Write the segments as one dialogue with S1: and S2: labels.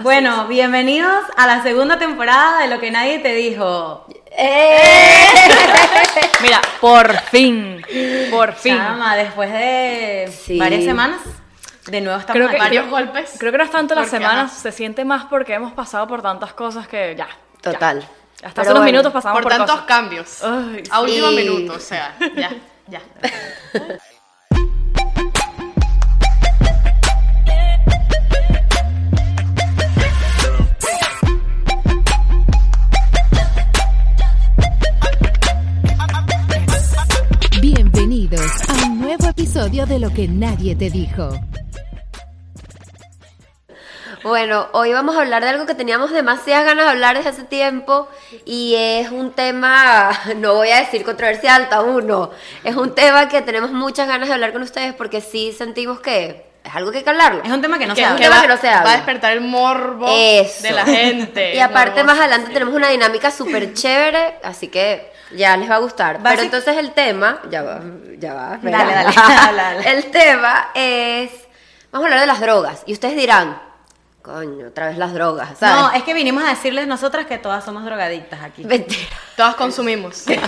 S1: Bueno, bienvenidos a la segunda temporada de Lo que nadie te dijo.
S2: Mira, por fin, por fin.
S1: Chama, después de
S3: Sí.
S1: varias semanas, de nuevo estamos
S2: Creo que-
S1: aquí.
S4: Varios golpes.
S2: Creo que no es tanto las
S4: Porque,
S2: semanas,
S4: ajá,
S2: se siente más porque hemos pasado por tantas cosas que ya. ya.
S3: Total. Pero
S2: Hasta hace unos
S3: bueno,
S2: minutos pasamos
S4: Por,
S2: por,
S4: tantos
S2: cosas.
S4: cambios.
S2: Ay,
S4: a último
S3: sí.
S4: minuto, o sea, ya, ya.
S5: Bienvenidos a un nuevo episodio de Lo que nadie te dijo.
S3: Bueno, hoy vamos a hablar de algo que teníamos demasiadas ganas de hablar desde hace tiempo y es un tema, no voy a decir controversial, tabú, no. Es un tema que tenemos muchas ganas de hablar con ustedes porque sí sentimos que es algo que hay que hablarlo.
S1: Es un tema que no
S4: Que-
S1: se habla.
S3: tema que no se habla.
S4: Va a despertar el morbo
S3: Eso.
S4: de la gente.
S3: Y aparte
S4: morboso.
S3: más adelante tenemos una dinámica súper chévere, así que ya les va a gustar.
S1: Basic-
S3: Pero entonces el tema, ya va, ya va. espera.
S1: Dale, dale, dale, dale.
S3: El tema es, vamos a hablar de las drogas y ustedes dirán, coño, otra vez las drogas, ¿sabes?
S1: No, es que vinimos a decirles nosotras que todas somos drogadictas aquí.
S3: Mentira.
S4: Todas consumimos.
S2: Mira,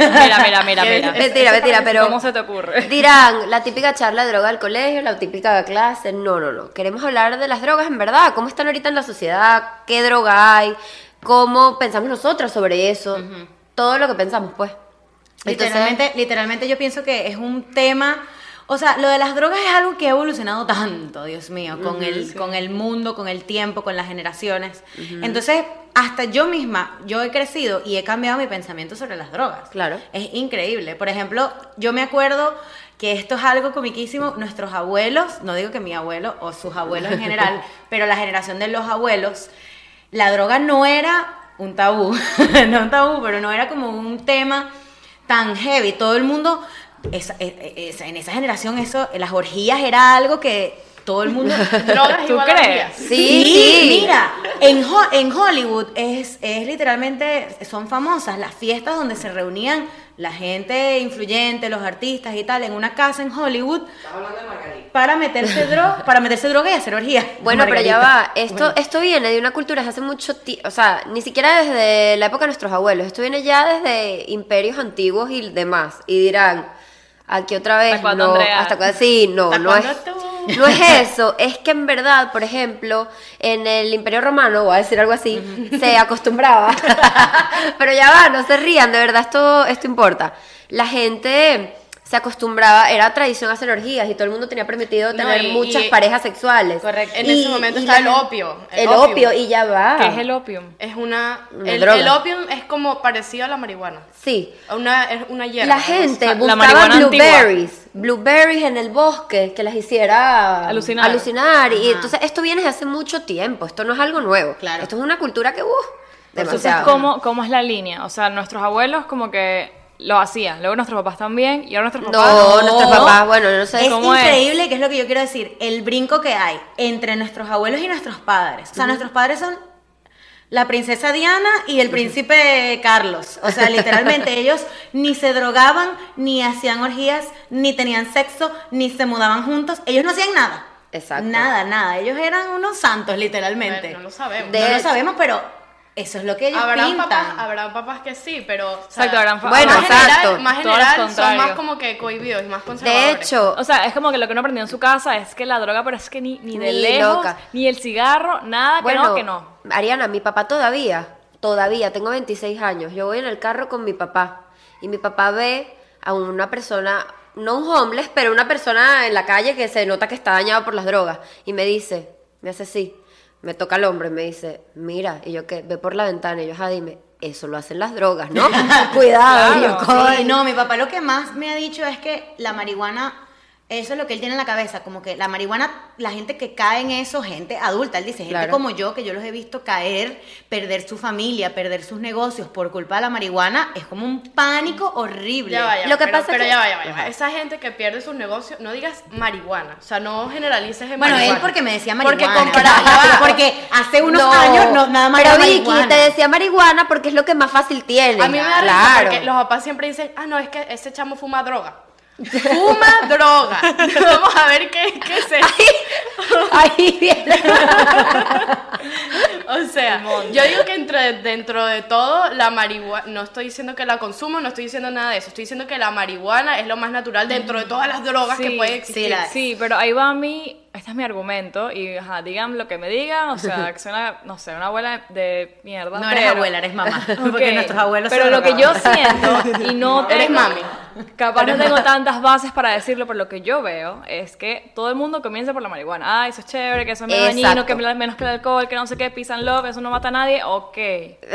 S2: mira, mira,
S4: Que-
S2: mira.
S4: es-
S3: Mentira,
S2: Esa
S3: mentira,
S2: parte,
S3: pero.
S2: ¿Cómo se te ocurre?
S3: Dirán, la típica charla de droga del colegio, la típica clase. No, no, no. Queremos hablar de las drogas en verdad. ¿Cómo están ahorita en la sociedad? ¿Qué droga hay? ¿Cómo pensamos nosotras sobre eso? Todo lo que pensamos, pues. Entonces,
S1: Literalmente, literalmente yo pienso que es un tema, o sea, lo de las drogas es algo que ha evolucionado tanto, Dios mío, con el con el mundo, con el tiempo, con las generaciones. Entonces, hasta yo misma, yo he crecido y he cambiado mi pensamiento sobre las drogas.
S3: Claro.
S1: Es increíble. Por ejemplo, yo me acuerdo que esto es algo comiquísimo, nuestros abuelos, no digo que mi abuelo o sus abuelos en general, pero la generación de los abuelos, la droga no era un tabú, no un tabú, pero no era como un tema tan heavy. Todo el mundo, esa- e- e- esa- en esa generación, eso, las orgías era algo que todo el mundo...
S4: Drogas
S2: ¿Tú
S4: igual a
S2: crees?
S4: orgías.
S3: Sí,
S1: mira, en, Ho- en Hollywood es, es literalmente, son famosas las fiestas donde se reunían la gente influyente, los artistas y tal, en una casa en Hollywood. Para meterse, dro para meterse droga y hacer orgías.
S3: Bueno, pero ya va.
S1: Margarita.
S3: Esto, esto viene de una cultura desde hace mucho tiempo. O sea, ni siquiera desde la época de nuestros abuelos. Esto viene ya desde imperios antiguos y demás. Y dirán, aquí otra vez.
S2: ¿Hasta cuándo,
S3: no,
S2: Andrea?
S3: hasta cuándo? Sí, no,
S4: ¿Hasta
S3: no es.
S4: cuándo tú?
S3: No es eso, es que en verdad, por ejemplo, en el Imperio Romano, voy a decir algo así, se acostumbraba. Pero ya va, no se rían, de verdad esto, esto importa. La gente se acostumbraba, era tradición hacer orgías y todo el mundo tenía permitido
S4: No,
S3: tener
S4: y-
S3: muchas
S4: y-
S3: parejas sexuales.
S4: Correcto. En
S3: Y-
S4: ese momento
S3: y
S4: está
S3: la-
S4: el opio,
S3: El,
S4: el
S3: opio.
S4: opium.
S3: y ya va.
S2: ¿Qué es el opium?
S4: Es una.
S3: Una
S4: el,
S3: droga.
S4: el opium es como parecido a la marihuana.
S3: Sí.
S4: Una, es una hierba.
S3: La
S4: ¿no?
S3: gente
S2: la
S3: buscaba
S2: marihuana antigua.
S3: blueberries, blueberries en el bosque que las hiciera
S2: Alucinar.
S3: alucinar. Y entonces esto viene desde hace mucho tiempo, esto no es algo nuevo.
S1: Claro.
S3: Esto es una cultura que, uh,
S2: Entonces,
S3: demasiado.
S2: ¿cómo, ¿cómo es la línea? O sea, nuestros abuelos como que lo hacían, luego nuestros papás también, y ahora nuestros
S3: No,
S2: papás...
S3: nuestros papás, bueno, no sé.
S1: Es
S2: ¿Cómo es?
S1: increíble, que es lo que yo quiero decir, el brinco que hay entre nuestros abuelos y nuestros padres. O sea, nuestros padres son la princesa Diana y el príncipe Carlos. O sea, literalmente ellos ni se drogaban, ni hacían orgías, ni tenían sexo, ni se mudaban juntos. Ellos no hacían nada.
S3: Exacto.
S1: Nada, nada. Ellos eran unos santos, literalmente.
S4: Bueno, no lo sabemos.
S3: De
S1: No lo
S3: hecho.
S1: sabemos, pero eso es lo que ellos
S4: Habrán
S1: pintan.
S4: papás, habrán papás que sí, pero. o sea,
S2: Exacto, habrán fa-
S3: Bueno,
S4: más
S2: habrán-
S3: exacto.
S4: general, más
S2: Todos los
S4: general son más
S2: contrarios.
S4: como que cohibidos y más
S3: De
S4: conservadores.
S3: hecho,
S2: O sea, es como que lo que uno aprendió en su casa es que la droga, pero es que ni, ni de
S3: Ni
S2: lejos,
S3: loca.
S2: ni el cigarro,
S1: Ah,
S2: nada,
S3: bueno,
S2: que no, que no.
S3: Ariana, mi papá todavía, todavía, tengo 26 años, yo voy en el carro con mi papá y mi papá ve a una persona, no un homeless, pero una persona en la calle que se nota que está dañado por las drogas y me dice, me hace así, me toca el hombro y me dice, mira, y yo que ve por la ventana y yo, ah, dime, eso lo hacen las drogas, ¿no? Cuidado, y yo,
S1: Ay,
S3: "Coño".
S1: no, mi papá lo que más me ha dicho es que la marihuana, eso es lo que él tiene en la cabeza, como que la marihuana, la gente que cae en eso, gente adulta, él dice, gente
S3: Claro.
S1: como yo, que yo los he visto caer, perder su familia, perder sus negocios por culpa de la marihuana, es como un pánico horrible.
S4: Ya vaya,
S3: Lo que
S4: pero,
S3: pasa es
S4: pero
S3: que-
S4: ya vaya, vaya.
S3: Ajá.
S4: Esa gente que pierde sus negocios, no digas marihuana, o sea, no generalices en
S1: Bueno, él
S4: marihuana.
S1: porque me decía
S4: Porque
S1: marihuana.
S4: comparado-
S1: ya va, porque hace unos
S3: No,
S1: años no, nada más
S3: Pero
S1: era
S3: Vicky,
S1: marihuana.
S3: te decía marihuana porque es lo que más fácil tiene.
S4: A mí me da risa
S3: claro.
S4: porque los papás siempre dicen, ah, no, es que ese chamo fuma droga. Fuma droga. Vamos a ver qué, qué es eso.
S3: Ahí viene.
S4: O sea, yo digo que entre, dentro de todo, la marihuana, no estoy diciendo que la consumo, no estoy diciendo nada de eso, estoy diciendo que la marihuana es lo más natural dentro de todas las drogas que puede existir.
S1: la-
S2: sí, pero ahí va mi, este es mi argumento y ajá, digan lo que me digan, o sea, que suena, no sé, una abuela de mierda.
S1: No eres
S2: pero-
S1: abuela, eres mamá.
S2: Ok,
S1: Porque nuestros abuelos se
S2: Pero lo que yo
S1: drogaban.
S2: siento y no tengo,
S4: Eres mami.
S2: capaz no tengo tantas bases para decirlo, pero lo que yo veo es que todo el mundo comienza por la marihuana. Ah, eso es chévere, que eso es menos
S3: Exacto.
S2: dañino, que me- menos que el alcohol, que no sé qué, pisan love, eso no mata a nadie, ok.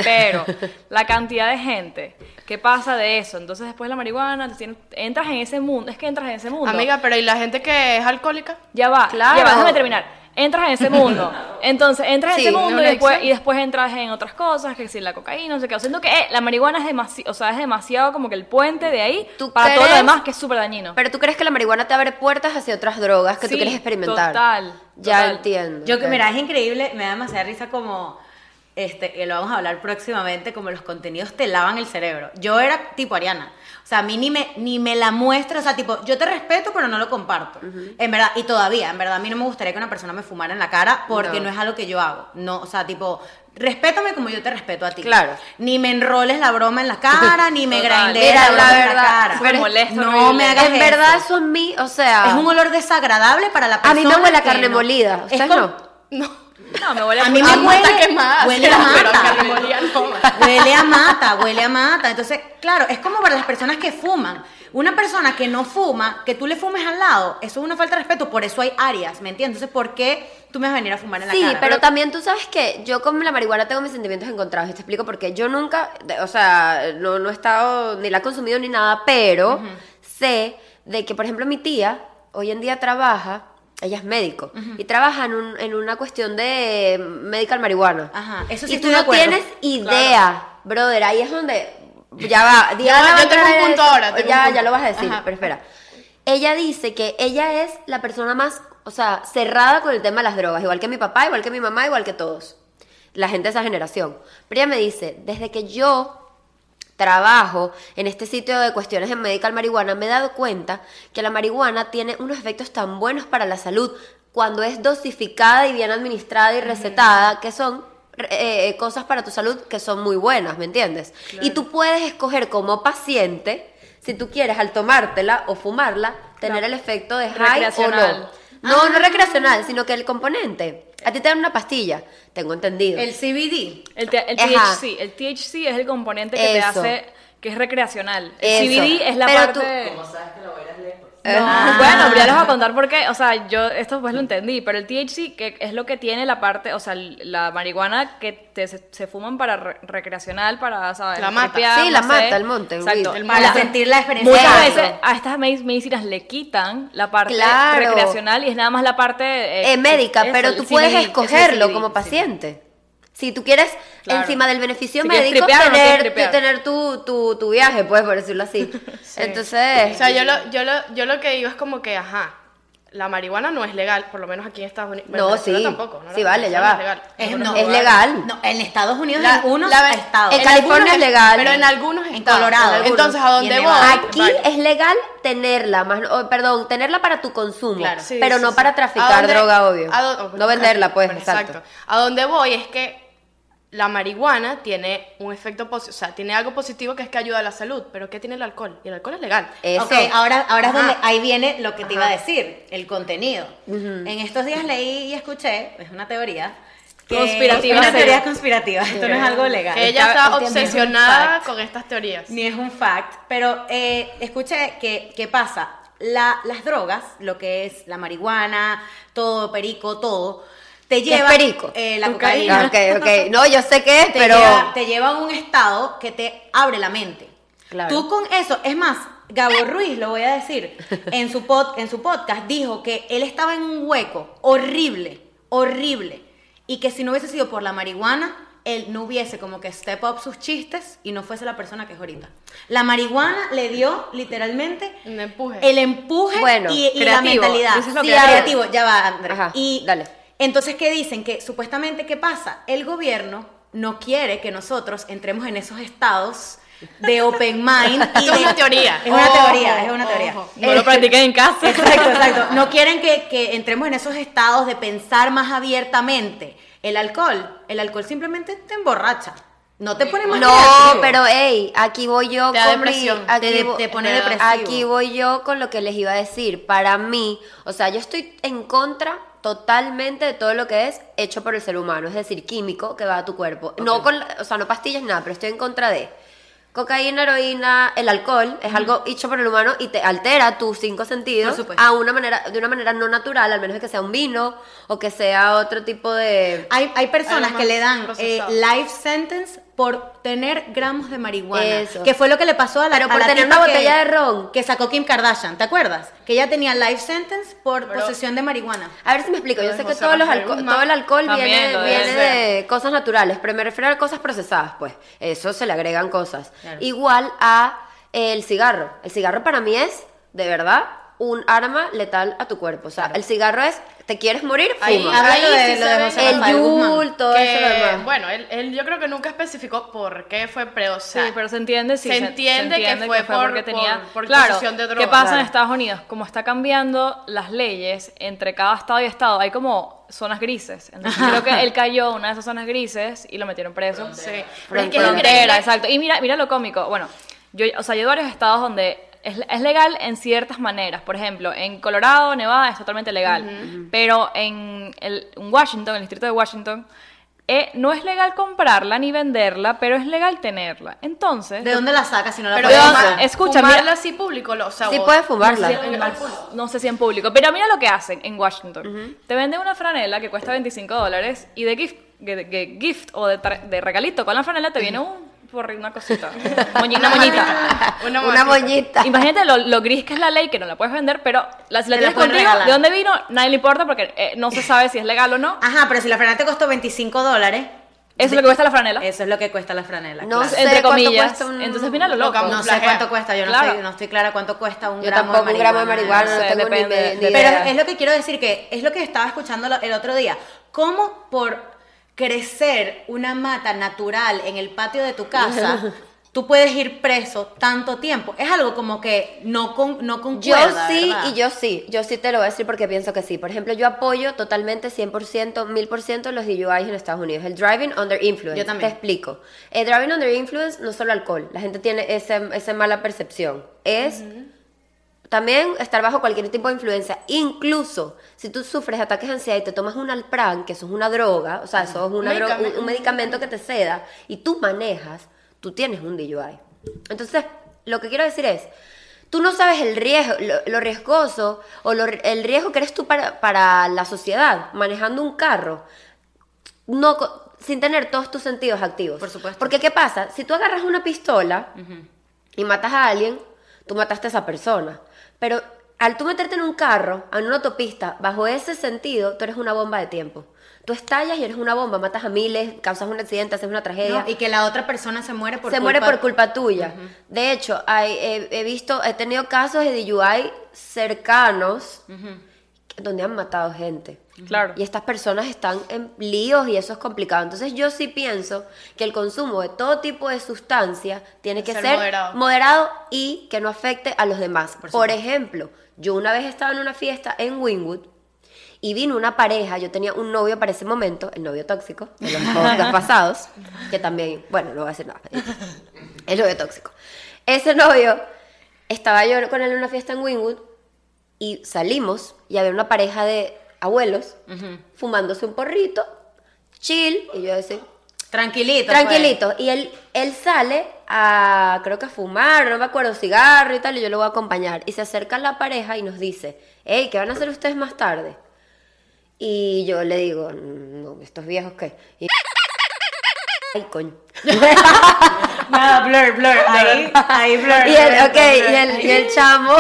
S2: Pero la cantidad de gente que pasa de eso, entonces después la marihuana, te tiene- entras en ese mundo, es que entras en ese mundo.
S4: Amiga, pero ¿y la gente que es alcohólica?
S2: Ya va,
S3: Claro.
S2: ya va, déjame terminar. Entras en ese mundo. Entonces, entras
S3: Sí,
S2: en ese mundo y
S4: una
S2: después,
S4: adicción.
S2: y después entras en otras cosas, que si la cocaína, no sé qué. O sea, siento que eh, la marihuana es demasiado, o sea, es demasiado como que el puente de ahí
S3: ¿Tú
S2: para todo lo
S3: crees?
S2: demás que es súper dañino.
S3: Pero tú crees que la marihuana te abre puertas hacia otras drogas que tú
S2: Sí,
S3: quieres experimentar.
S2: total,
S3: Ya
S2: total.
S3: entiendo.
S1: Yo que,
S3: ok.
S1: mira, es increíble, me da demasiada risa como, este, que lo vamos a hablar próximamente, como los contenidos te lavan el cerebro. Yo era tipo Ariana. O sea, a mí ni me, ni me la muestra, o sea, tipo, yo te respeto, pero no lo comparto. En verdad, y todavía, en verdad, a mí no me gustaría que una persona me fumara en la cara porque
S3: No.
S1: no, es algo que yo hago. No, o sea, tipo, respétame como yo te respeto a ti.
S3: Claro.
S1: Ni me enroles la broma en la cara, ni me
S2: Total.
S1: grindees la
S3: Mira, la
S1: broma en la
S3: verdad,
S1: cara.
S2: súper molesto,
S1: no
S2: horrible.
S1: me hagas
S3: En verdad,
S1: eso.
S3: eso es mí, o sea.
S1: Es un olor desagradable para la
S3: A mí
S1: persona.
S3: me huele a
S1: que
S3: carne
S1: no-
S3: molida.
S1: Es
S3: ¿Ustedes
S1: como-
S3: no?
S4: No.
S2: No, me huele a,
S1: A mí
S2: puro-
S1: me
S4: mata
S1: huele-
S4: quemada,
S1: huele a
S4: será, pero
S1: mata.
S4: carne molida no.
S1: Huele a mata, huele a mata. Entonces, claro, es como para las personas que fuman. Una persona que no fuma, que tú le fumes al lado, eso es una falta de respeto. Por eso hay áreas, ¿me entiendes? Entonces, ¿por qué tú me vas a venir a fumar en la
S3: Sí,
S1: cara?
S3: pero también tú sabes que yo con la marihuana tengo mis sentimientos encontrados y te explico por qué. Yo nunca, de- o sea, no, no he estado, ni la he consumido ni nada, pero sé de que, por ejemplo, mi tía hoy en día trabaja, ella es médico, y trabaja en, un- en una cuestión de medical marihuana.
S1: Ajá, eso sí
S3: Y tú
S1: estoy de
S3: no
S1: acuerdo.
S3: tienes idea, brother, ahí es donde... Ya va, Diana va
S4: yo
S3: a
S4: tengo un
S3: traer
S4: punto
S3: eso.
S4: ahora, tengo un
S3: ya,
S4: punto.
S3: ya lo vas a decir,
S4: Ajá.
S3: pero espera. Ella dice que ella es la persona más, o sea, cerrada con el tema de las drogas, igual que mi papá, igual que mi mamá, igual que todos. La gente de esa generación. Pero ella me dice, desde que yo trabajo en este sitio de cuestiones en medical marihuana, me he dado cuenta que la marihuana tiene unos efectos tan buenos para la salud cuando es dosificada y bien administrada y recetada, que son eh, eh, cosas para tu salud que son muy buenas, ¿me entiendes? Y tú puedes escoger como paciente si tú quieres al tomártela o fumarla tener el efecto de high o no.
S2: Recreacional. Ah.
S3: No, no recreacional, sino que el componente. A ti te dan una pastilla, tengo entendido.
S1: El CBD.
S2: el, te- el
S3: Ajá.
S2: THC. El THC es el componente que
S3: Eso.
S2: te hace, que es recreacional.
S3: Eso.
S2: El CBD es la
S3: Pero tú-
S2: parte...
S3: Eh,
S2: No, Bueno, pero ya les voy a contar por qué. O sea, yo esto pues lo entendí, pero el THC que es lo que tiene la parte, o sea, l- la marihuana que te- se, se fuman para re- recreacional, para, ¿sabes?
S4: La mata.
S2: tripear,
S3: Sí, la
S2: no
S3: mata,
S2: sé.
S3: el monte, el
S2: Exacto.
S3: weed. El
S1: Para
S2: La-
S1: sentir la experiencia.
S2: Muchas
S1: de
S3: Exacto.
S1: algo.
S2: veces a estas medic- medicinas le quitan la parte
S3: Claro.
S2: recreacional y es nada más la parte eh,
S3: eh, médica,
S2: es
S3: pero
S2: el
S3: tú
S2: CBD,
S3: puedes
S2: es el
S3: escogerlo
S2: CBD,
S3: como
S2: sí.
S3: paciente. Si tú quieres,
S2: Claro.
S3: encima del beneficio
S2: Si quieres
S3: médico,
S2: tripear o no quieres
S3: tener,
S2: tripear.
S3: tener tu, tu, tu viaje, pues, por decirlo así. Entonces,
S4: O sea, yo lo, yo, lo, yo lo que digo es como que, ajá, la marihuana no es legal, por lo menos aquí en Estados Unidos. Bueno,
S3: No,
S4: Venezuela
S3: sí.
S4: tampoco, ¿no?
S3: Sí,
S4: La
S3: vale, ya
S4: marihuana
S3: va.
S4: Es,
S1: Es,
S4: legal.
S1: no,
S3: Es legal.
S1: No, en Estados Unidos,
S4: La-
S1: en unos
S4: la-
S1: estados.
S3: en California es legal.
S4: Pero en algunos
S1: En
S4: estados.
S1: Colorado.
S4: En algunos. Entonces, ¿a
S1: Y
S4: dónde
S1: en
S4: voy?
S1: Nevada.
S3: aquí
S4: Vale.
S3: es legal tenerla, más, no- oh, perdón, tenerla para tu consumo,
S1: Claro.
S4: Sí,
S3: pero
S4: sí,
S3: no
S4: sí.
S3: para
S4: ¿A
S3: traficar
S4: dónde-
S3: droga, obvio.
S4: a dó- oh,
S3: no venderla, pues,
S4: bueno,
S3: exacto.
S4: A dónde voy es que la marihuana tiene un efecto positivo, o sea, tiene algo positivo que es que ayuda a la salud, pero ¿qué tiene el alcohol? Y el alcohol es legal.
S3: Eso.
S1: Ok, ahora, ahora es
S4: Ajá.
S1: donde ahí viene lo que te iba a decir, el contenido. En estos días leí y escuché, es una teoría. Que
S2: Conspirativa,
S1: Es una
S2: sí.
S1: teoría conspirativa, esto no es algo legal.
S4: que ella
S1: Está-
S4: está
S1: entiendo, es un
S4: obsesionada
S1: fact.
S4: con estas teorías.
S1: Ni es un fact, pero eh, escuché que, que pasa, La- las drogas, lo que es la marihuana, todo, perico, todo, te
S3: ¿Qué es
S1: lleva...
S3: perico? Ah,
S1: eh, la
S2: Cocaína.
S1: cocaína.
S3: Ok, ok. No, yo sé qué es,
S1: te,
S3: pero...
S1: lleva, te lleva a un estado que te abre la mente.
S3: Claro.
S1: Tú con eso, es más, Gabo Ruiz, lo voy a decir, en su, pod- en su podcast dijo que él estaba en un hueco horrible, horrible, y que si no hubiese sido por la marihuana, él no hubiese como que step up sus chistes y no fuese la persona que es ahorita. La marihuana le dio literalmente
S4: Un empuje.
S1: el empuje
S3: Bueno,
S1: y, y la
S2: creativo.
S1: mentalidad.
S2: Eso es lo
S1: Sí,
S2: que creo.
S1: creativo, ya va, André.
S3: Ajá,
S1: y
S3: dale.
S1: entonces, ¿qué dicen? Que supuestamente, ¿qué pasa? El gobierno no quiere que nosotros entremos en esos estados de open mind. y
S4: Esto es
S1: de-
S4: una teoría.
S1: Es una
S4: Ojo,
S1: teoría, es una teoría.
S4: ojo.
S2: No lo practiquen en casa.
S1: Exacto, exacto. No quieren que, que entremos en esos estados de pensar más abiertamente. El alcohol, el alcohol simplemente te emborracha. No te pone más
S3: No,
S1: creativo.
S3: pero hey, aquí voy yo
S4: Te da
S3: con mi-
S4: depresión.
S3: aquí
S1: Te-
S3: vo-
S1: te pone
S3: Ajá.
S1: depresivo.
S3: Aquí voy yo con lo que les iba a decir. Para mí, o sea, yo estoy en contra totalmente de todo lo que es hecho por el ser humano, es decir, químico que va a tu cuerpo. No con, la- o sea, no pastillas nada, pero estoy en contra de cocaína, heroína, el alcohol, es algo hecho por el humano y te altera tus cinco sentidos
S1: Por supuesto.
S3: a una manera de una manera no natural, al menos que sea un vino o que sea otro tipo de
S1: Hay, hay personas
S4: Algo
S1: que
S4: más
S1: le dan eh,
S4: procesado.
S1: life sentence por tener gramos de marihuana.
S3: Eso.
S1: Que fue lo que le pasó a la
S3: Pero
S1: a
S3: por
S1: la
S3: tener
S1: tipa
S3: una
S1: que-
S3: botella de ron.
S1: Que sacó Kim Kardashian, ¿te acuerdas? Que ella tenía life sentence por posesión de marihuana.
S3: A ver si me explico. Yo
S4: Lo de
S3: sé que
S4: José
S3: todos los
S4: Rafael
S3: alco-
S4: Guzmán.
S3: todo el alcohol
S2: También,
S3: viene,
S2: lo de
S3: viene
S4: Denver.
S3: de cosas naturales, pero me refiero a cosas procesadas, pues. Eso se le agregan cosas.
S1: Claro.
S3: Igual a eh, el cigarro. El cigarro para mí es, de verdad, un arma letal a tu cuerpo. O sea, el cigarro es, te quieres morir,
S4: Ahí-
S3: fuma.
S1: Habla lo de-
S4: sí
S1: lo
S4: se
S1: de
S4: ve
S1: José
S4: que-
S3: el
S1: Rafael Guzmán,
S3: yul, todo
S4: que,
S3: eso lo demás.
S4: Bueno, él, él yo creo que nunca especificó por qué fue, pero o
S2: Sí,
S4: sea,
S2: pero se entiende, sí.
S4: se entiende que fue por- por- por
S2: claro,
S4: posesión de droga.
S2: ¿Qué pasa
S3: Claro.
S2: en Estados Unidos? Como está cambiando las leyes entre cada estado y estado, hay como zonas grises. Entonces creo que él cayó en una de esas zonas grises y lo metieron preso.
S4: sí. Pero es que es
S3: Frontera.
S4: increíble.
S2: Frontera, exacto. Y mira, mira lo cómico. Bueno, yo, o sea, yo he ido a varios estados donde es, es legal en ciertas maneras. Por ejemplo, en Colorado, Nevada es totalmente legal. Pero en, el, en Washington, en el distrito de Washington, eh, no es legal comprarla ni venderla, pero es legal tenerla. Entonces,
S1: ¿De dónde la sacas si no la
S4: Pero
S1: puedes
S2: Dios,
S1: usar?
S4: fuma-
S2: escucha,
S4: fumarla
S2: mira-
S4: así público, lo- o sea,
S3: Sí
S4: vos-
S3: puedes fumarla.
S4: no sé, en el público.
S2: no sé si en público, pero mira lo que hacen en Washington. Te venden una franela que cuesta 25 dólares y de gift, de- de gift o de, tra- de regalito con la franela te viene un porri- una cosita, moñi- una moñita.
S4: Una
S3: una
S4: moñita.
S3: moñita.
S2: Imagínate lo, lo gris que es la ley, que no la puedes vender, pero la, si la
S1: Te la
S2: tienes
S1: pueden
S2: contigo,
S1: regalar. Ah,
S2: de dónde vino, nadie le importa porque eh, no se sabe si es legal o no.
S1: Ajá, pero si la franela te costó 25 dólares,
S2: Eso es lo que cuesta la franela.
S1: eso es lo que cuesta la franela.
S3: No
S1: claro.
S3: sé
S2: entre
S3: cuánto
S2: comillas.
S3: cuesta un-
S2: Entonces, mira lo
S4: lo
S2: loco.
S1: No sé
S4: camuflajea.
S1: cuánto cuesta, yo no,
S2: Claro.
S1: estoy, no estoy clara cuánto cuesta un
S3: Yo
S1: gramo
S3: tampoco
S1: de
S3: un gramo de
S1: marihuana.
S3: marihuana, no,
S2: no sé,
S3: tengo ni
S2: depende-
S3: me- ni
S2: depende.
S3: idea.
S1: Pero es lo que quiero decir, que es lo que estaba escuchando lo- el otro día. ¿Cómo por crecer una mata natural en el patio de tu casa, tú puedes ir preso tanto tiempo? Es algo como que no, con, no
S3: Yo
S1: concuerda,
S3: sí
S1: ¿verdad?
S3: y yo sí, yo sí te lo voy a decir porque pienso que sí. Por ejemplo, yo apoyo totalmente 100%, 1000% los DUIs en Estados Unidos. El driving under influence.
S1: Yo también.
S3: Te explico. El driving under influence no es solo alcohol. La gente tiene ese- esa mala percepción. Es también estar bajo cualquier tipo de influencia. Incluso si tú sufres ataques de ansiedad y te tomas un Alpran, que eso es una droga, o sea, eso es una dro-
S4: Medicamento.
S3: un- un medicamento que te seda, y tú manejas, tú tienes un DUI. Entonces, lo que quiero decir es, tú no sabes el riesgo, lo, lo riesgoso o lo- el riesgo que eres tú para, para la sociedad manejando un carro no co- sin tener todos tus sentidos activos.
S1: Por supuesto.
S3: Porque qué pasa, si tú agarras una pistola y matas a alguien, tú mataste a esa persona, pero al tú meterte en un carro, en una autopista, bajo ese sentido, tú eres una bomba de tiempo. Tú estallas y eres una bomba, matas a miles, causas un accidente, haces una tragedia
S1: No, y que la otra persona se muere por
S3: se
S1: culpa-
S3: muere por culpa tuya. De hecho, hay, he, he visto, he tenido casos de DUI cercanos donde han matado gente.
S2: Claro.
S3: Y estas personas están en líos y eso es complicado. Entonces yo sí pienso que el consumo de todo tipo de sustancia tiene que
S4: Ser
S3: ser,
S4: moderado.
S3: moderado y que no afecte a los demás. Por,
S1: supuesto.
S3: ejemplo, yo una vez estaba en una fiesta en Wynwood y vino una pareja, yo tenía un novio para ese momento, el novio tóxico, de los podcasts pasados, que también, bueno, no voy a decir nada. El novio tóxico. Ese novio, estaba yo con él en una fiesta en Wynwood y salimos y había una pareja de abuelos fumándose un porrito, chill, y yo decía,
S1: Tranquilito. pues.
S3: tranquilito. Y él, él sale a, creo que a fumar, no me acuerdo, cigarro y tal, y yo lo voy a acompañar. Y se acerca la pareja y nos dice, hey, ¿qué van a hacer ustedes más tarde? Y yo le digo, no, estos viejos qué. Y- Ay, coño.
S1: Nada, blur, blur. Ahí, ahí, blur.
S3: Y
S1: blur,
S3: el, ok,
S1: blur.
S3: y el, y el chamo.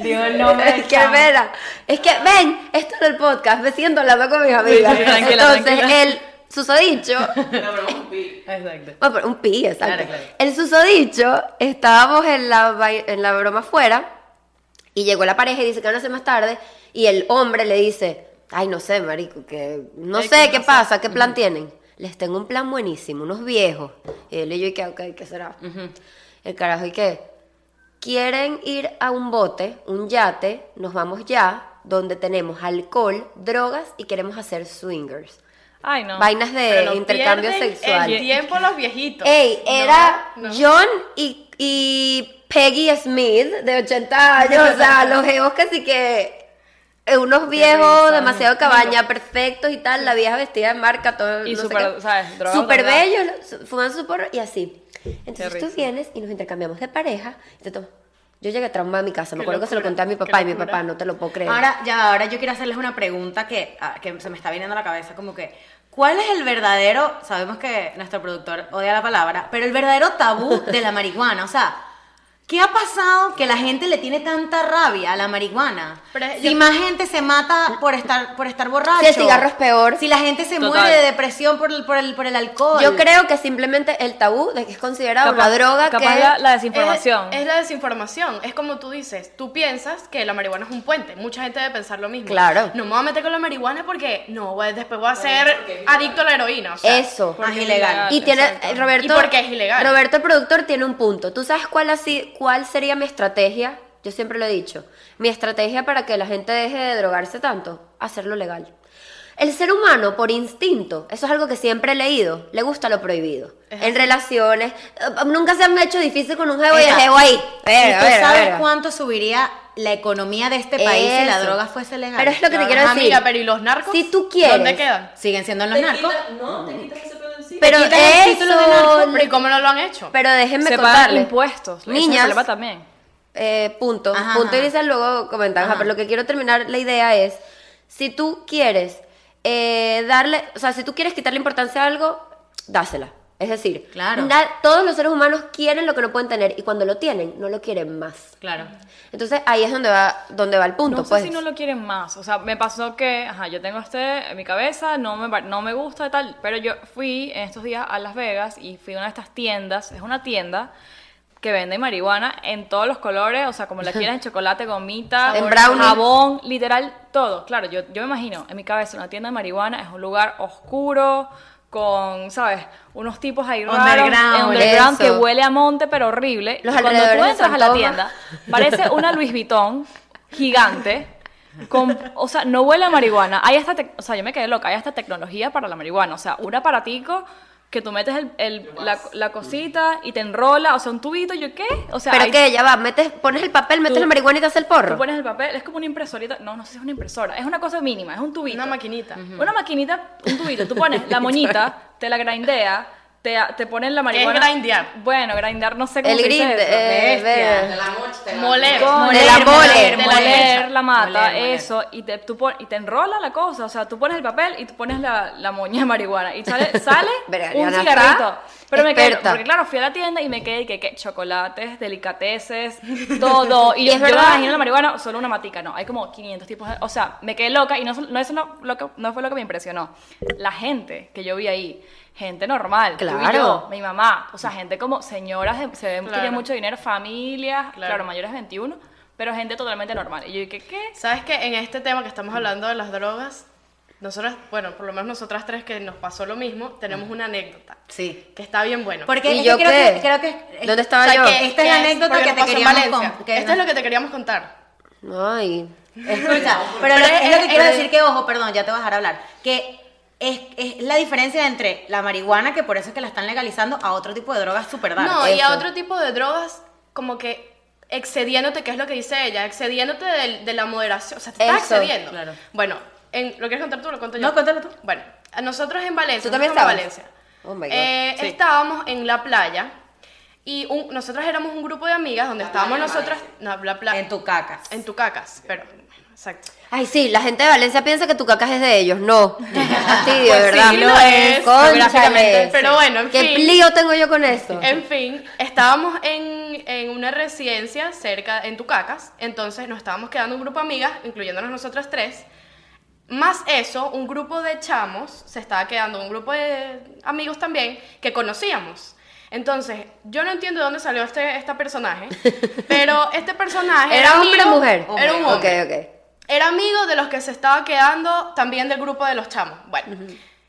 S1: Digo el nombre del
S3: Es que
S1: chamo.
S3: mira, es que ven, esto en el podcast, me siento hablando con mis amigas.
S2: sí, tranquila,
S3: Entonces,
S2: tranquila.
S3: el susodicho,
S1: Exacto.
S3: bueno, pero un pi, exacto.
S1: Claro, claro.
S3: El susodicho, estábamos en la, vai- en la broma afuera y llegó la pareja y dice que van a hacer más tarde y el hombre le dice, ay, no sé, marico, que no sé qué pasa, qué plan tienen. Les tengo un plan buenísimo, unos viejos. Y él y yo, ¿y qué, ok, ¿qué será? El carajo, ¿y qué? quieren ir a un bote, un yate, nos vamos ya, donde tenemos alcohol, drogas y queremos hacer swingers.
S2: Ay, no.
S3: Vainas de
S4: Pero
S3: intercambio
S4: pierden
S3: sexual.
S4: El tiempo los viejitos.
S3: Ey,
S4: No,
S3: era
S4: no.
S3: John y, y Peggy Smith de 80 años, o sea, los jevos casi que eh, unos viejos, demasiado cabaña, perfectos y tal, la vieja vestida de marca, todo.
S2: Y
S3: no sé
S2: súper,
S3: qué.
S2: ¿sabes? Drogados,
S3: Súper
S2: drogados.
S3: bellos, su- fuman su porro y así. Entonces tú
S2: risa.
S3: vienes y nos intercambiamos de pareja y te tomas. Yo llegué traumada a mi casa, me acuerdo que se lo conté a mi papá y mi papá no te lo puedo creer.
S1: Ahora, ya, ahora yo quiero hacerles una pregunta que, ah, que se me está viniendo a la cabeza, como que, ¿cuál es el verdadero, sabemos que nuestro productor odia la palabra, pero el verdadero tabú de la marihuana? O sea, ¿qué ha pasado que la gente le tiene tanta rabia a la marihuana?
S4: Pero es-
S1: si
S4: yo-
S1: más gente se mata por estar, por estar borracho.
S3: Si el cigarro es peor.
S1: Si la gente se
S2: Total.
S1: muere de depresión por el, por el, por el alcohol.
S3: yo creo que simplemente el tabú de que es considerado
S2: Capaz-
S3: una droga
S2: capaz
S3: que...
S2: la, la
S4: Es-
S2: desinformación.
S4: Es, la desinformación. Es como tú dices, tú piensas que la marihuana es un puente. Mucha gente debe pensar lo mismo.
S3: Claro.
S4: No me voy a meter con la marihuana porque no, voy- después voy a ser adicto a la heroína. o sea.
S3: Eso.
S1: Más ilegal.
S3: Y tiene eh, Roberto.
S4: Y porque es ilegal.
S3: Roberto el productor tiene un punto. ¿Tú sabes cuál así cuál sería mi estrategia? Yo siempre lo he dicho. Mi estrategia para que la gente deje de drogarse tanto, hacerlo legal. El ser humano por instinto, eso es algo que siempre he leído, le gusta lo prohibido. En relaciones, eh, nunca se han hecho difícil con un jevo y el
S1: Exacto.
S3: jevo ahí.
S1: ¿Y
S3: Verga,
S1: tú
S3: verga,
S1: sabes
S3: verga.
S1: cuánto subiría la economía de este país si la
S3: Eso.
S1: droga fuese legal?
S3: Pero es lo que te quiero
S4: Amiga,
S3: decir.
S4: pero ¿y los narcos?
S3: Si tú quieres.
S4: ¿Dónde quedan?
S1: Siguen siendo los narcos.
S3: Pero
S1: quitan el título de narco,
S3: eso.
S4: Pero ¿y cómo no lo han hecho?
S3: Pero déjenme
S2: se pagan
S3: contarles.
S2: impuestos. Ese es el
S3: Niñas,
S2: problema también.
S3: Eh, punto.
S1: Ajá,
S3: punto y
S1: ajá.
S3: Lisa luego comentan. ajá,
S1: Ajá.
S3: Pero lo que quiero terminar la idea es, si tú quieres eh, darle, o sea, si tú quieres quitarle importancia a algo, dásela. Es decir,
S1: Claro.
S3: na- todos los seres humanos quieren lo que no pueden tener y cuando lo tienen, no lo quieren más.
S1: Claro.
S3: Entonces ahí es donde va, donde va el punto.
S2: No sé
S3: pues.
S2: si no lo quieren más. O sea, me pasó que, ajá, yo tengo este en mi cabeza, no me, pa- no me gusta y tal. Pero yo fui en estos días a Las Vegas y fui a una de estas tiendas. Es una tienda que vende marihuana en todos los colores. O sea, como la quieras, en chocolate, gomita,
S3: En brownie.
S2: jabón, literal, todo. Claro, yo, yo me imagino, en mi cabeza, una tienda de marihuana es un lugar oscuro. Con, ¿sabes? Unos tipos ahí raros.
S1: Underground,
S2: underground que
S3: eso.
S2: huele a monte, pero horrible.
S3: Los
S2: Y cuando tú
S3: alrededores de
S2: entras a
S3: San
S2: la
S3: Tomás.
S2: tienda, Parece una Luis Vuitton gigante. con- o sea, no huele a marihuana. Hay hasta, tec- o sea, yo me quedé loca. Hay hasta tecnología para la marihuana. O sea, un aparatico que tú metes el, el- la, la cosita y te enrola. O sea, un tubito. ¿Yo qué? O sea,
S3: Pero
S2: hay-
S3: que ya va, metes, pones el papel, metes
S2: Tú-
S3: la marihuana y te hace el
S2: tú
S3: porro.
S2: pones el papel. Es como una impresorita. No, no sé si es una impresora. Es una cosa mínima. Es un tubito.
S4: Una maquinita.
S2: Una maquinita, un tubito. Tú pones la moñita, te la grindea. Te, te ponen la
S4: es
S2: marihuana.
S4: grindear?
S2: Bueno, grindear no sé cómo
S3: el
S2: se dice
S3: grind,
S2: eso.
S3: eh, ve-
S4: Moler.
S3: De la mole.
S2: moler,
S4: De la
S2: moler
S4: leche.
S2: la mata,
S1: Moler, moler.
S2: eso, y te, tú pon- y te enrola la cosa, o sea, tú pones el papel y tú pones la, la moña de marihuana, y sale, sale
S3: Verga,
S2: un
S3: Diana
S2: cigarrito.
S3: está
S2: Pero me quedé,
S3: experta.
S2: porque claro, fui a la tienda y me quedé, que, que chocolates, delicateces, todo, y yo,
S3: es
S2: yo me
S3: verdad.
S2: imagino la marihuana, solo una matica, no, hay como 500 tipos, de- o sea, me quedé loca, y no, sol- no, eso no, lo que- no fue lo que me impresionó, la gente que yo vi ahí, gente normal, tú y
S3: Claro.
S2: yo, mi mamá, o sea, gente como señoras, de- se ven que tienen
S4: Claro.
S2: mucho dinero, familias, claro,
S4: Claro.
S2: mayores de 21, pero gente totalmente normal. Y yo dije, ¿qué?
S4: ¿Sabes que en este tema que estamos hablando de las drogas, nosotras, bueno, por lo menos nosotras tres que nos pasó lo mismo, tenemos una anécdota
S1: Sí.
S4: que está bien buena.
S1: Porque
S3: ¿Y
S1: es
S3: yo
S1: que creo
S3: qué?
S1: que creo que
S3: ¿Dónde
S4: O
S3: estaba
S4: sea,
S3: yo?
S1: Esta
S4: que-
S1: es
S4: que
S1: la anécdota
S4: porque
S1: que
S4: nos
S1: te
S4: pasó en
S1: queríamos
S4: Valencia.
S1: con- que-
S4: Esto es lo que te queríamos contar.
S3: Ay.
S1: Escucha, pero lo-
S4: Pero
S1: es lo que
S4: es-
S1: quiero
S4: es-
S1: decir que, ojo, perdón, ya te voy a dejar hablar, que es, es la diferencia entre la marihuana, que por eso es que la están legalizando, a otro tipo de drogas súper dark.
S4: No, y a
S3: eso.
S4: otro tipo de drogas, como que excediéndote, que es lo que dice ella, excediéndote del- de, la moderación. O sea, te estás
S3: Eso,
S4: excediendo.
S1: claro.
S4: Bueno, en- ¿lo quieres contar tú o lo cuento yo?
S1: No, cuéntalo tú.
S4: Bueno, a nosotros en Valencia.
S3: ¿Tú también
S4: nosotros en
S3: estabas?
S4: Valencia.
S3: Oh my God.
S4: eh,
S1: Sí.
S4: Estábamos en la playa y un- nosotros éramos un grupo de amigas donde estábamos nosotras. No, la playa.
S1: En tu caca.
S4: En tu cacas, pero. Exacto.
S3: Ay, sí, la gente de Valencia piensa que tu cacas es de ellos. No. Fastidio,
S4: Pues
S3: de verdad.
S4: sí, lo es,
S3: Cónchale.
S4: geográficamente, pero bueno, en
S3: ¿Qué
S4: fin.
S3: lío tengo yo con eso?
S4: En fin, estábamos en, en una residencia cerca, en Tucacas, entonces nos estábamos quedando un grupo de amigas, incluyéndonos nosotras tres, más eso, un grupo de chamos, se estaba quedando un grupo de amigos también que conocíamos. Entonces, yo no entiendo de dónde salió este, este personaje, pero este personaje...
S3: ¿Era hombre o mujer?
S4: Era un hombre.
S3: Ok, ok.
S4: Era amigo de los que se estaba quedando también del grupo de los chamos. Bueno,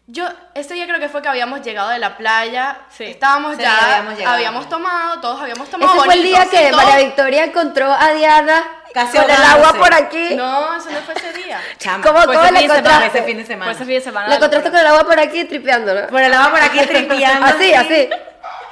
S4: yo ese día creo que fue que habíamos llegado de la playa.
S2: Sí.
S4: Estábamos
S1: Sí,
S4: ya,
S1: habíamos
S4: habíamos,
S1: llegado.
S4: tomado, todos habíamos tomado.
S3: Ese fue el
S4: bonito,
S3: día
S4: sí,
S3: que
S4: todo.
S3: María Victoria encontró a Diana
S1: Casi
S3: con el
S1: ahogándose.
S3: agua por aquí.
S4: No, Pues eso no fue ese día.
S1: Chama,
S3: ¿Cómo,
S1: fue
S3: cómo
S1: ese
S3: la
S1: fin de semana,
S3: encontraste?
S1: ese fin de semana.
S2: Pues ese fin de semana.
S3: La encontraste con el agua por aquí tripeándola.
S1: Por el agua por aquí tripeando.
S3: Así, así.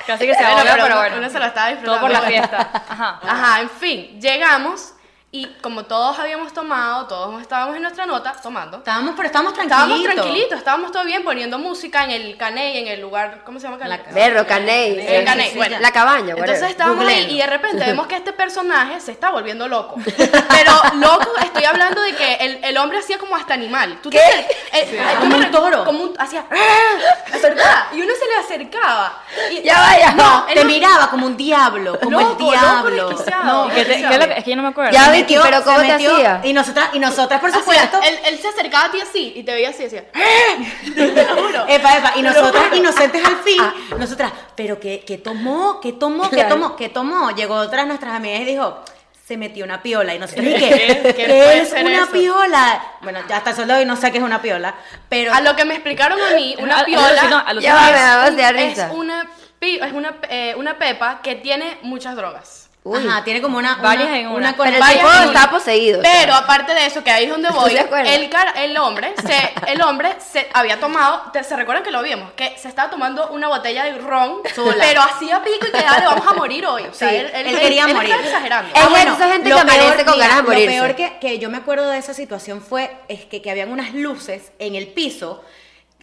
S2: Casi que se
S4: Bueno,
S2: ahoga,
S4: pero
S2: pero,
S4: uno-
S2: bueno.
S4: uno se lo estaba disfrutando.
S2: Todo por la fiesta. Ajá.
S4: Ajá, en fin, llegamos y como todos habíamos tomado, todos estábamos en nuestra nota tomando.
S1: Estábamos, pero estábamos tranquilitos.
S4: Estábamos tranquilitos, estábamos todo bien poniendo música en el caney, en el lugar, ¿cómo se llama? Caney?
S1: La ca-
S3: Berro, caney.
S4: El caney,
S3: Sí, sí,
S4: bueno.
S3: La cabaña, whatever.
S4: Entonces estábamos
S1: Googleenlo.
S4: ahí y de repente vemos que este personaje se está volviendo loco. Pero loco, estoy hablando de que el, el hombre hacía como hasta animal. ¿Tú te- el- el- tú
S1: Como
S4: me-
S1: un toro.
S4: Como un, hacía... "Ah", acercaba, y uno se le acercaba. Y,
S3: Ya vaya.
S4: No,
S1: Te miraba como un diablo, como el
S4: Loco, loco
S1: diablo.
S4: desquiciado.
S1: no,
S4: ¿Y
S2: ¿Qué te- qué es, lo que- es que yo no me acuerdo.
S3: Ya
S1: se
S3: Vicky,
S1: metió,
S3: pero
S1: se
S3: ¿cómo te
S1: metió,
S3: hacía?
S1: Y nosotras, y nosotras por
S4: O sea,
S1: supuesto.
S4: él, él se acercaba a ti así y te veía así y decía, "Eh", te lo juro.
S1: Epa, epa, y
S4: Te lo
S1: nosotras
S4: juro.
S1: inocentes al fin, nosotras, pero ¿qué, qué tomó? ¿Qué tomó? ¿Qué
S3: Claro.
S1: tomó? ¿Qué tomó? Llegó otra de nuestras amigas y dijo, se metió una piola. Y nosotras, ¿y qué?
S4: ¿Qué- qué
S1: ¿Qué
S4: puede
S1: es
S4: ser
S1: una
S4: eso?
S1: piola? Bueno, ya hasta el sol de hoy no sé qué es una piola, pero
S4: A lo que me explicaron a mí,
S2: A-
S4: una
S2: a- alucinó,
S4: piola
S2: alucinó.
S3: Ya va, me va a dar
S4: es
S3: risa.
S4: una, pi- es una, eh, una pepa que tiene muchas drogas.
S3: Uy.
S1: Ajá, tiene como una,
S2: Varias
S1: una,
S2: en
S1: una
S2: una.
S1: con
S3: Pero
S1: el
S3: el tipo
S4: Vaya,
S3: estaba poseído. o sea.
S4: Pero aparte de eso, que ahí es donde voy,
S3: de acuerdo?
S4: el, cara- el hombre, se, el hombre se había tomado, te- se recuerdan que lo vimos, que se estaba tomando una botella de ron,
S1: Sola.
S4: pero hacía pico y que dale, vamos a morir hoy. O sea,
S1: Sí,
S4: él, él-
S1: él quería
S4: él
S1: morir. Eh,
S4: estaba exagerando.
S3: Es esa gente
S1: lo
S3: que amanece con ganas de
S1: lo
S3: morirse.
S1: peor que, que yo me acuerdo de esa situación fue es que, que habían unas luces en el piso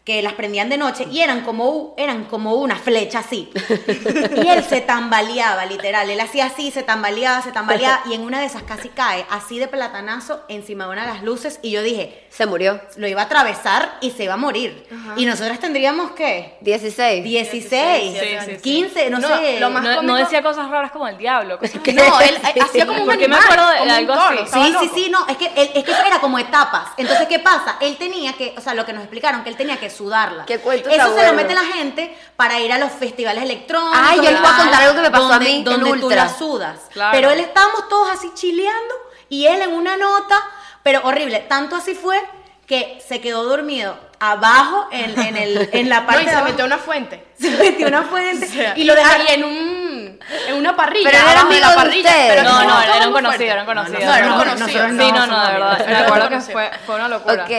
S1: que las prendían de noche y eran como, u- eran como una flecha así. Y él se tambaleaba, literal. Él hacía así, se tambaleaba, se tambaleaba y en una de esas casi cae así de platanazo encima de una de las luces y yo dije,
S3: Se murió.
S1: lo iba a atravesar y se iba a morir. Y nosotras tendríamos que
S3: 16.
S1: 16,
S2: sí, sí, sí.
S1: 15, no,
S4: No,
S1: sé.
S4: lo más
S2: no, no
S4: cómico-
S2: decía cosas raras como el diablo. Cosas
S3: ¿Qué?
S4: No, él eh, hacía como un
S2: Porque me
S4: animal,
S2: acuerdo de
S4: como un
S2: algo
S4: toro,
S2: así.
S4: estaba
S1: Sí, sí,
S4: loco.
S1: sí, no, es que, él- es que eso era como etapas. Entonces, ¿qué pasa? Él tenía que, o sea, lo que nos explicaron, que él tenía que sudarla.
S3: Qué cuento
S1: Eso
S3: tan
S1: se
S3: bueno.
S1: lo mete la gente para ir a los festivales electrónicos.
S3: Ay, yo les voy a
S1: ¿verdad?
S3: contar algo que me pasó a
S1: Donde-
S3: mí en
S1: Donde tú
S3: Ultra.
S1: la sudas.
S2: Claro.
S1: Pero él estábamos todos así chileando y él en una nota, pero horrible. Tanto así fue que se quedó dormido abajo en, en el, en la
S4: No,
S1: parte
S4: y
S1: de
S4: se
S1: abajo.
S4: metió en una fuente.
S1: Se metió una fuente
S4: O sea,
S1: y lo dejaron.
S4: ahí en un en una parrilla,
S3: Pero él era
S4: abajo de
S3: amigo
S4: la
S3: de
S4: parrilla,
S3: ustedes.
S4: pero
S2: No, no,
S4: estaba
S2: era un
S4: muy
S2: conocido,
S4: fuerte.
S2: era un conocido.
S4: No, era un
S1: nosotros-
S4: conocido.
S1: nosotros
S2: Sí, no,
S1: somos
S2: no, de
S1: amigos.
S2: verdad. Me acuerdo que fue, fue una locura.
S3: Ok,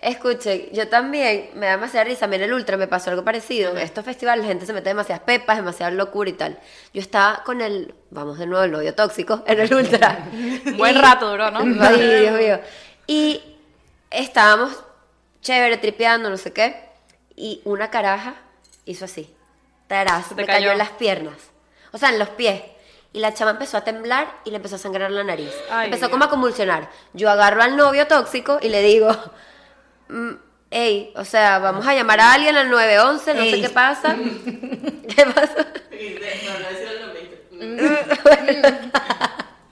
S3: escuchen, yo también me da demasiada risa. A mí en el Ultra me pasó algo parecido. En estos festivales la gente se mete demasiadas pepas, demasiada locura y tal. Yo estaba con el, vamos de nuevo, el novio tóxico en el Ultra.
S2: Buen rato duró, ¿no?
S3: Ay, Dios mío. Y estábamos chévere, tripeando, no sé qué. Y una caraja hizo así. Tarás,
S2: Se te
S3: me cayó.
S2: cayó.
S3: en las piernas. O sea, en los pies. Y la chama empezó a temblar y le empezó a sangrar la nariz.
S2: Ay,
S3: empezó
S2: Dios.
S3: como a convulsionar. Yo agarro al novio tóxico y le digo, "Mm, ey, o sea, vamos a llamar a alguien al 911, no sé
S1: Ey.
S3: qué pasa. ¿Qué pasa?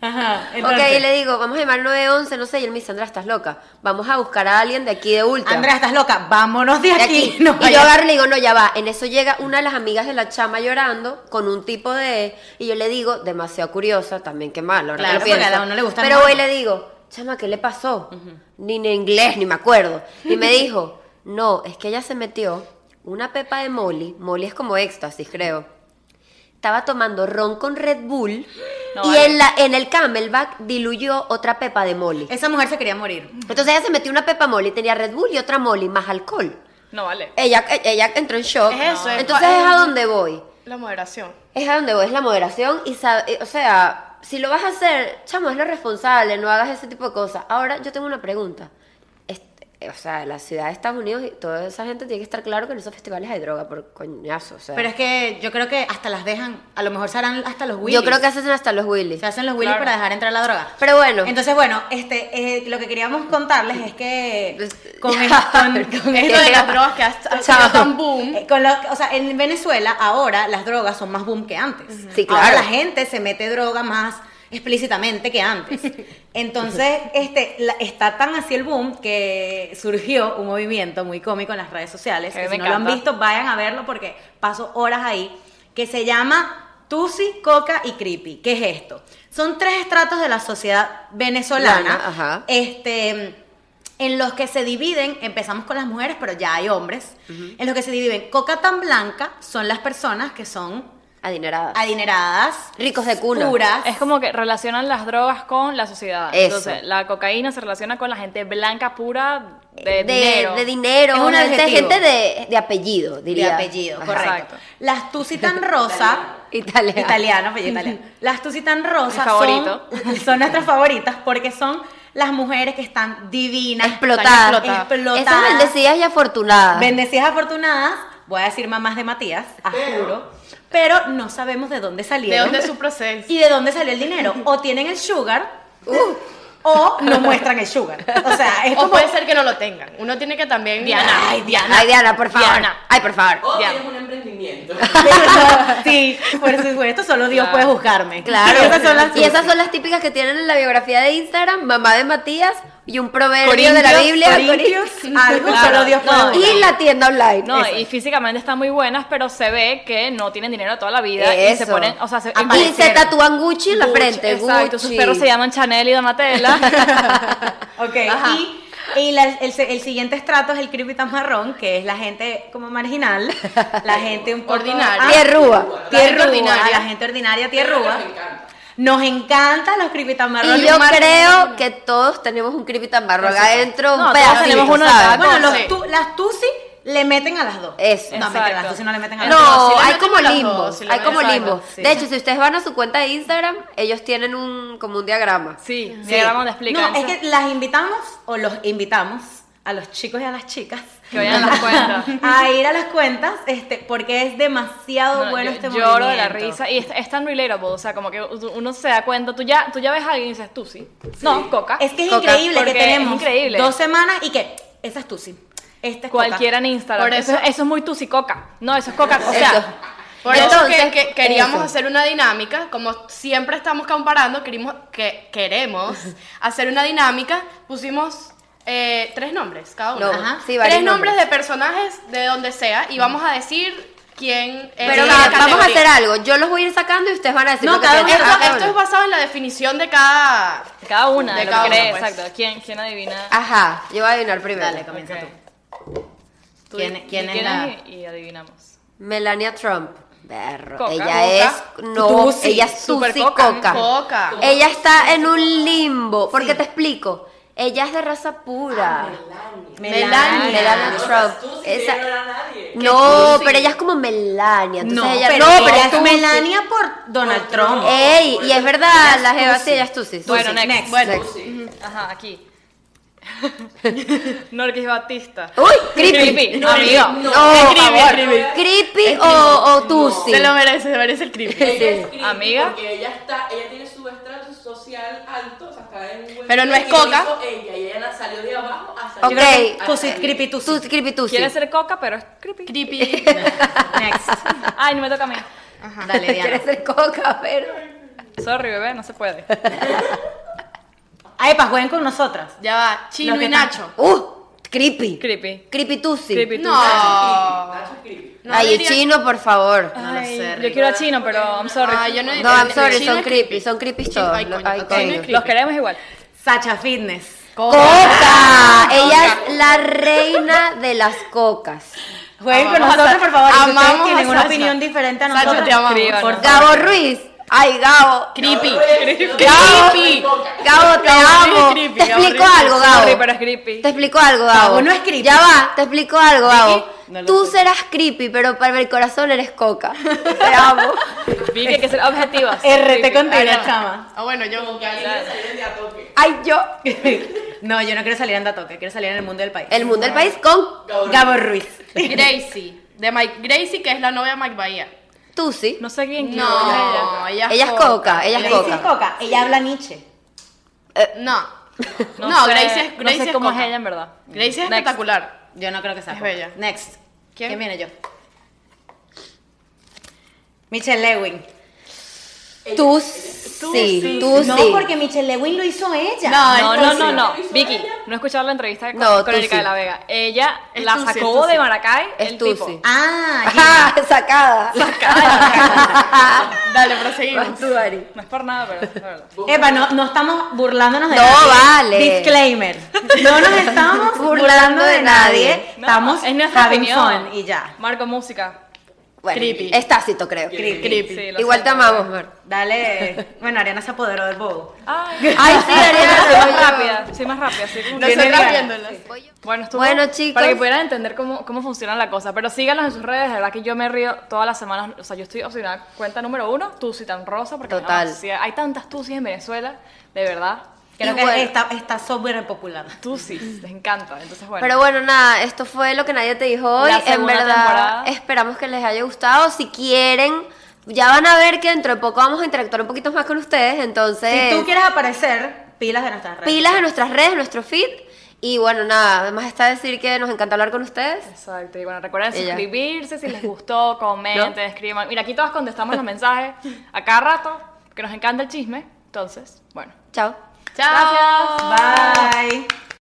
S1: Ajá,
S3: ok, y le digo, vamos a llamar al 911, no sé. Y él me dice, Andra, estás loca. Vamos a buscar a alguien de aquí de Ultra.
S1: Andrea, estás loca, vámonos de aquí.
S3: de aquí.
S1: no
S3: y yo
S1: vayas.
S3: agarro y le digo, no, ya va. En eso llega una de las amigas de la chama llorando con un tipo de. Y yo le digo, demasiado curiosa, también qué malo. ahora
S1: Claro,
S3: que lo
S1: porque
S3: pienso.
S1: a la uno le gustan
S3: Pero
S1: más.
S3: voy y le digo, chama, ¿qué le pasó? Ni en inglés, ni me acuerdo. Y me dijo, no, es que ella se metió una pepa de Molly. Molly es como éxtasis, creo. Estaba tomando ron con Red Bull
S2: No,
S3: y
S2: vale.
S3: en, la, en el camelback diluyó otra pepa de Molly.
S1: Esa mujer se quería morir.
S3: Entonces ella se metió una pepa Molly, tenía Red Bull y otra Molly más alcohol.
S2: No vale.
S3: Ella, ella entró en shock.
S4: Es eso, es-
S3: Entonces es a donde voy.
S4: La moderación.
S3: Es a donde voy, es la moderación. y sa- eh, O sea, si lo vas a hacer, chamo, es lo responsable, no hagas ese tipo de cosas. Ahora yo tengo una pregunta. Este, eh, o sea, la ciudad de Estados Unidos y toda esa gente tiene que estar claro que en esos festivales hay droga por coñazo. O sea,
S1: Pero es que yo creo que hasta las dejan, a lo mejor se harán hasta los Willys.
S3: yo creo que hacen hasta los Willys.
S1: se hacen los Willys
S2: Claro.
S1: para dejar entrar la droga.
S3: Pero bueno,
S1: Entonces, bueno, este, eh, lo que queríamos contarles es que
S3: Pues,
S1: con,
S3: ya,
S1: el- con-
S3: pero
S1: con
S3: ¿qué
S1: esto
S4: Esto de
S1: de
S4: las
S1: la-
S4: drogas que ha- ha
S3: Chao.
S4: sido tan boom.
S1: eh, con lo- o sea, en Venezuela ahora las drogas son más boom que antes.
S3: Sí,
S1: Ahora
S3: claro.
S1: la gente se mete droga más explícitamente que antes. Entonces, este, la- está tan así el boom que surgió un movimiento muy cómico en las redes sociales.
S2: Que
S1: que
S2: me
S1: si no lo han
S2: encanta.
S1: visto, vayan a verlo porque paso horas ahí, que se llama Tusi, Coca y Creepy. ¿Qué es esto? Son tres estratos de la sociedad venezolana
S3: Lana, ajá.
S1: este, en los que se dividen, empezamos con las mujeres, pero ya hay hombres, en los que se dividen, coca tan blanca son las personas que son
S3: Adineradas.
S1: Adineradas,
S3: Ricos de cuna.
S1: puras.
S2: Es como que relacionan las drogas con la sociedad.
S3: Eso.
S2: Entonces, la cocaína se relaciona con la gente blanca pura de,
S3: de
S2: dinero.
S3: de dinero,
S1: Es un
S3: gente,
S1: adjetivo.
S3: gente de, de apellido,
S1: de
S3: diría.
S1: apellido,
S3: Ajá.
S1: correcto.
S2: Exacto.
S1: Las Tucitan Rosa.
S3: Italiano.
S1: Italiano, apellido italiano. Las Tucitan Rosa
S2: Mi favorito.
S1: Son, son nuestras favoritas porque son las mujeres que están divinas,
S3: Explotadas.
S1: están explotadas,
S3: Esas bendecidas y afortunadas.
S1: bendecidas afortunadas. Voy a decir mamás de Matías, a juro. Pero no sabemos de dónde
S4: ¿De
S1: salieron.
S4: dónde es su proceso?
S1: y de dónde salió el dinero. O tienen el sugar o no muestran el sugar. O sea, es
S4: O
S1: como
S4: puede ser que no lo tengan. Uno tiene que también.
S2: Diana.
S1: Ay, Diana.
S3: Ay, Diana, por favor.
S2: Diana. Oh.
S3: Ay, por favor.
S6: O
S2: Ya.
S6: tienes un emprendimiento.
S1: sí, por supuesto, solo Dios
S2: Claro.
S1: puede juzgarme.
S3: Claro.
S1: Y esas son las
S3: y esas son las típicas que tienen en la biografía de Instagram, mamá de Matías y un proverbio de la
S2: Corintios,
S3: Biblia.
S1: Corintios, algo
S2: Claro.
S1: solo Dios puede
S2: No,
S1: juzgar.
S3: Y la tienda online.
S2: No,
S3: Eso.
S2: y físicamente están muy buenas, pero se ve que no tienen dinero toda la vida y se
S3: Eso.
S2: ponen, o sea, se
S3: y se
S2: aparecieron.
S3: tatúan Gucci en la
S2: Gucci,
S3: frente.
S2: Exacto, sus
S3: Gucci.
S2: perros se llaman Chanel y Donatella.
S1: Ok, y, y la- el, se- el siguiente estrato es el creepy marrón, que es la gente como marginal, la gente un poco...
S4: Ordinaria.
S1: Ah,
S3: Tierrúa.
S1: tierrúa,
S4: gente ordinaria.
S1: la gente ordinaria, tierrúa.
S6: Nos encanta.
S1: Nos encantan los creepy marrones.
S3: Y yo creo que todos tenemos un creepy tambarro acá adentro, un
S2: No, todos
S3: pedacito,
S2: tenemos uno de
S3: ¿sabes?
S2: cada
S1: Bueno, los
S4: Sí.
S1: tu- las Tusi le meten a las dos.
S3: Eso.
S1: No, mentira, las
S2: Exacto.
S1: Tusi no le meten a las dos.
S3: No,
S4: sí le
S3: hay
S4: meten
S3: como
S4: a las
S3: limbo,
S4: dos, sí le
S3: hay
S4: meten
S3: como
S4: a las
S3: limbo.
S4: dos, sí.
S3: De hecho, si ustedes van a su cuenta de Instagram, ellos tienen un como un diagrama.
S2: sí, sí, ahora vamos a explicar.
S1: No, es que las invitamos o los invitamos a los chicos y a las chicas
S2: Que vayan a las cuentas.
S1: a ir a las cuentas este porque es demasiado
S2: No,
S1: bueno
S2: yo
S1: este
S2: lloro de la
S1: movimiento.
S2: risa y es, es tan relatable, o sea, como que uno se da cuenta, tú ya, tú ya ves a alguien y dices, tú sí. No, coca.
S1: Es que es
S3: Coca,
S1: increíble que
S2: porque es
S1: tenemos
S2: increíble.
S1: dos semanas y que esa es Tusi. Esta es Coca.
S2: Cualquiera en Instagram.
S4: Por
S2: eso,
S4: eso-
S2: eso es muy tú sí coca. No, eso es coca. O sea,
S3: Eso.
S4: Por eso
S3: Entonces,
S4: que, que queríamos
S3: eso.
S4: hacer una dinámica, como siempre estamos comparando, queremos, que, queremos hacer una dinámica, pusimos eh, tres nombres cada
S3: No,
S4: uno. Ajá.
S3: sí, varios
S4: tres nombres
S3: nombres.
S4: de personajes de donde sea y vamos a decir quién es
S3: Pero
S4: cada
S3: mira, vamos a
S4: eh, categoría.
S3: hacer algo. Yo los voy a ir sacando y ustedes van a decir
S1: No,
S3: lo que Ah,
S1: cada uno-
S3: piensan.
S4: Esto, esto es basado en la definición de cada...
S2: cada una,
S4: De
S2: lo
S4: cada
S2: que cree,
S4: uno, pues.
S2: exacto. ¿Quién, quién adivina?
S3: Ajá, yo voy a adivinar primero.
S1: Dale, comienza
S2: Ok.
S1: tú.
S2: Tú
S1: ¿Quién-
S2: di-
S1: quién
S2: di
S1: es la-
S2: y, y adivinamos.
S3: Melania Trump. Berro.
S2: Coca.
S3: ella
S2: Coca.
S3: es no,
S1: Tusi.
S3: ella es
S2: Super
S3: Tusi
S2: coca.
S3: Coca.
S4: Coca.
S3: Ella está en un limbo, porque te explico. Ella es de raza pura.
S1: Melania.
S3: Melania
S6: No,
S3: Trump.
S6: tú sí
S3: Esa-
S6: que no era nadie.
S3: no, pero ella es como Melania. Entonces
S1: No,
S3: ella,
S1: pero,
S3: no,
S1: ella es
S3: Tusi.
S1: Melania por Donald Trump.
S3: Ey, y es verdad, la jeva sí, ella es Tusi.
S2: Bueno,
S3: Tusi.
S2: next.
S1: next.
S2: Bueno.
S3: Next.
S2: Ajá, aquí. Norquis Batista.
S3: Uy, Uh, creepy.
S2: Creepy,
S3: No,
S2: amigo.
S3: No,
S2: Es
S3: por
S2: creepy,
S3: favor.
S2: es creepy.
S3: Creepy o, o Tusi.
S4: Se lo merece, se merece el crimen.
S6: Ella es creepy
S2: Amiga.
S6: Porque ella está, ella tiene su estrato social alto, o sea, está en un buen
S4: Pero no es
S6: nivel, y lo
S4: coca.
S6: hizo Ella, y ella salió de abajo hasta
S3: Ok.
S1: Yo creo que Tusi,
S6: Hasta ahí.
S1: creepy Tusi.
S3: Tusi, creepy Tusi.
S2: Quiere ser coca, pero es creepy.
S4: Creepy.
S1: Next.
S2: Ay, no me toca a mí.
S1: Dale, Diana.
S3: Quiere ser coca, pero...
S2: Sorry, bebé, no se puede.
S1: Ay, pa, jueguen con nosotras.
S4: Ya va, Chino
S1: Los que
S4: y
S1: están-
S4: Nacho.
S3: Uh, creepy.
S2: Creepy.
S3: Creepy Tusi.
S2: Creepy.
S4: No.
S6: Nacho es creepy.
S4: No
S3: Ay,
S4: diría-
S3: chino, por favor.
S4: No lo sé,
S2: yo
S4: Rick.
S2: quiero a Chino, pero I'm sorry.
S4: Ah, yo no-
S3: No, I'm
S4: el
S3: sorry,
S4: chino
S3: son
S4: es
S3: creepy, son creepy todos.
S4: Ay, coño,
S3: Ay,
S4: ok,
S3: coño.
S4: no es creepy.
S2: Los queremos igual.
S1: Sacha Fitness.
S3: ¡Coca! Ella es la reina de las cocas.
S1: Jueguen con
S4: Amamos a
S1: nosotros, por
S4: Sacha.
S1: favor. y Si ustedes
S4: Amamos
S1: tienen
S4: a
S1: una
S4: Sacha.
S1: opinión diferente a
S4: Sacha,
S1: nosotros,
S4: te amamos.
S1: por
S2: Escríbanos.
S1: favor.
S3: Gabo Ruiz. Ay, Gabo.
S4: Creepy.
S3: Creepy. Gabo, te amo.
S4: Ruiz es creepy,
S3: Te
S4: Gabo
S3: explico
S4: Ruiz es
S3: algo,
S2: Sorry,
S3: Gabo.
S2: pero es creepy.
S3: Te explico algo, Gabo.
S1: Gabo no es creepy.
S3: Ya va, te explico algo, Gabo.
S1: No lo
S3: Tú
S1: sé.
S3: serás creepy, pero para el corazón eres coca. Te amo.
S2: Vi que hay que ser objetivas.
S1: RT
S4: Ah,
S1: contigo,
S4: no.
S1: chama.
S4: Ah, bueno, yo.
S6: Porque alguien quiere salir de a toque.
S3: Ay, yo.
S1: No, yo no quiero salir en Datoque, quiero salir en el mundo del país.
S3: El mundo del país con
S1: Gabo Ruiz.
S4: Gracie. De Mike. Gracie, que es la novia de Mike Bahía.
S3: Tusi.
S2: No sé quién quién
S4: No, ella,
S3: Ella es coca, ella es
S1: Gracie
S3: coca.
S1: es Coca, ella habla Nietzsche.
S4: No.
S2: es
S4: No,
S2: ella. sé-
S4: Gracie es Gracie
S2: No sé cómo
S4: coca.
S2: es ella en verdad.
S4: Gracie es
S2: Next.
S4: espectacular.
S1: Yo no creo que sea
S4: Es
S1: coca.
S4: bella.
S1: Next.
S4: ¿Quién?
S1: ¿Quién viene yo? Michelle Lewin.
S3: Tusi. Tusi.
S1: No, porque Michelle Lewin lo hizo ella.
S4: No,
S2: No,
S4: es
S2: no,
S4: Tusi.
S2: no, no. Vicky, no he escuchado la entrevista con,
S3: No,
S2: con Erika
S3: Tusi.
S2: de la Vega. Ella
S4: Es
S2: la
S4: Tusi, es
S2: sacó
S4: Tusi.
S2: de Maracay.
S3: Es
S2: el
S3: Tusi.
S2: tipo.
S1: Ah,
S3: Ajá, sacada.
S4: Dale, proseguimos.
S3: Vas tú, Ari.
S2: No es por nada, pero es verdad.
S1: Epa, no, no estamos burlándonos de
S3: No,
S1: nadie.
S3: vale.
S1: Disclaimer. No nos estamos burlando de nadie.
S2: No,
S1: estamos
S2: es nuestra
S1: having
S2: opinión.
S1: fun y ya.
S2: Marco Música.
S3: Bueno,
S4: Creepy.
S3: es tácito, creo.
S4: Creepy.
S2: Sí, lo
S3: Igual
S2: sé,
S3: te
S2: pero-
S3: amamos, Mar.
S1: Dale. Bueno, Ariana se apoderó del bowl.
S2: Ay,
S3: Ay, sí, Ariana,
S2: soy
S3: oye.
S2: más rápida, soy más rápida. soy como-
S1: Tiene
S4: Nosotras
S1: ganas.
S4: viéndolas.
S2: Bueno, estuvo-
S3: Bueno, chicos.
S2: Para que pudieran entender cómo, cómo funciona la cosa. Pero síganos en sus redes, de verdad que yo me río todas las semanas. O sea, yo estoy obsesionada. Cuenta número uno, Tusi tan rosa, porque me da
S3: Total.
S2: ansiedad. hay tantas Tusis en Venezuela, de verdad.
S1: Creo
S3: Y
S1: que
S3: bueno.
S1: está, está súper popular.
S2: Tusis, les encanta. Entonces, bueno.
S3: Pero bueno, nada, esto fue lo que nadie te dijo hoy.
S2: La
S3: En
S2: segunda
S3: verdad,
S2: temporada.
S3: esperamos que les haya gustado. Si quieren, ya van a ver que dentro de poco vamos a interactuar un poquito más con ustedes. Entonces,
S1: Si tú quieres aparecer, pilas de nuestras redes.
S3: Pues. pilas en nuestras redes, nuestro feed. Y bueno, nada, además está decir que nos encanta hablar con ustedes.
S2: Exacto, y bueno, recuerden
S3: Ella.
S2: suscribirse si les gustó, comenten, escriban. Mira, aquí todas contestamos los mensajes a cada rato, que nos encanta el chisme. Entonces, bueno.
S3: Chao.
S4: Chao.
S1: Bye.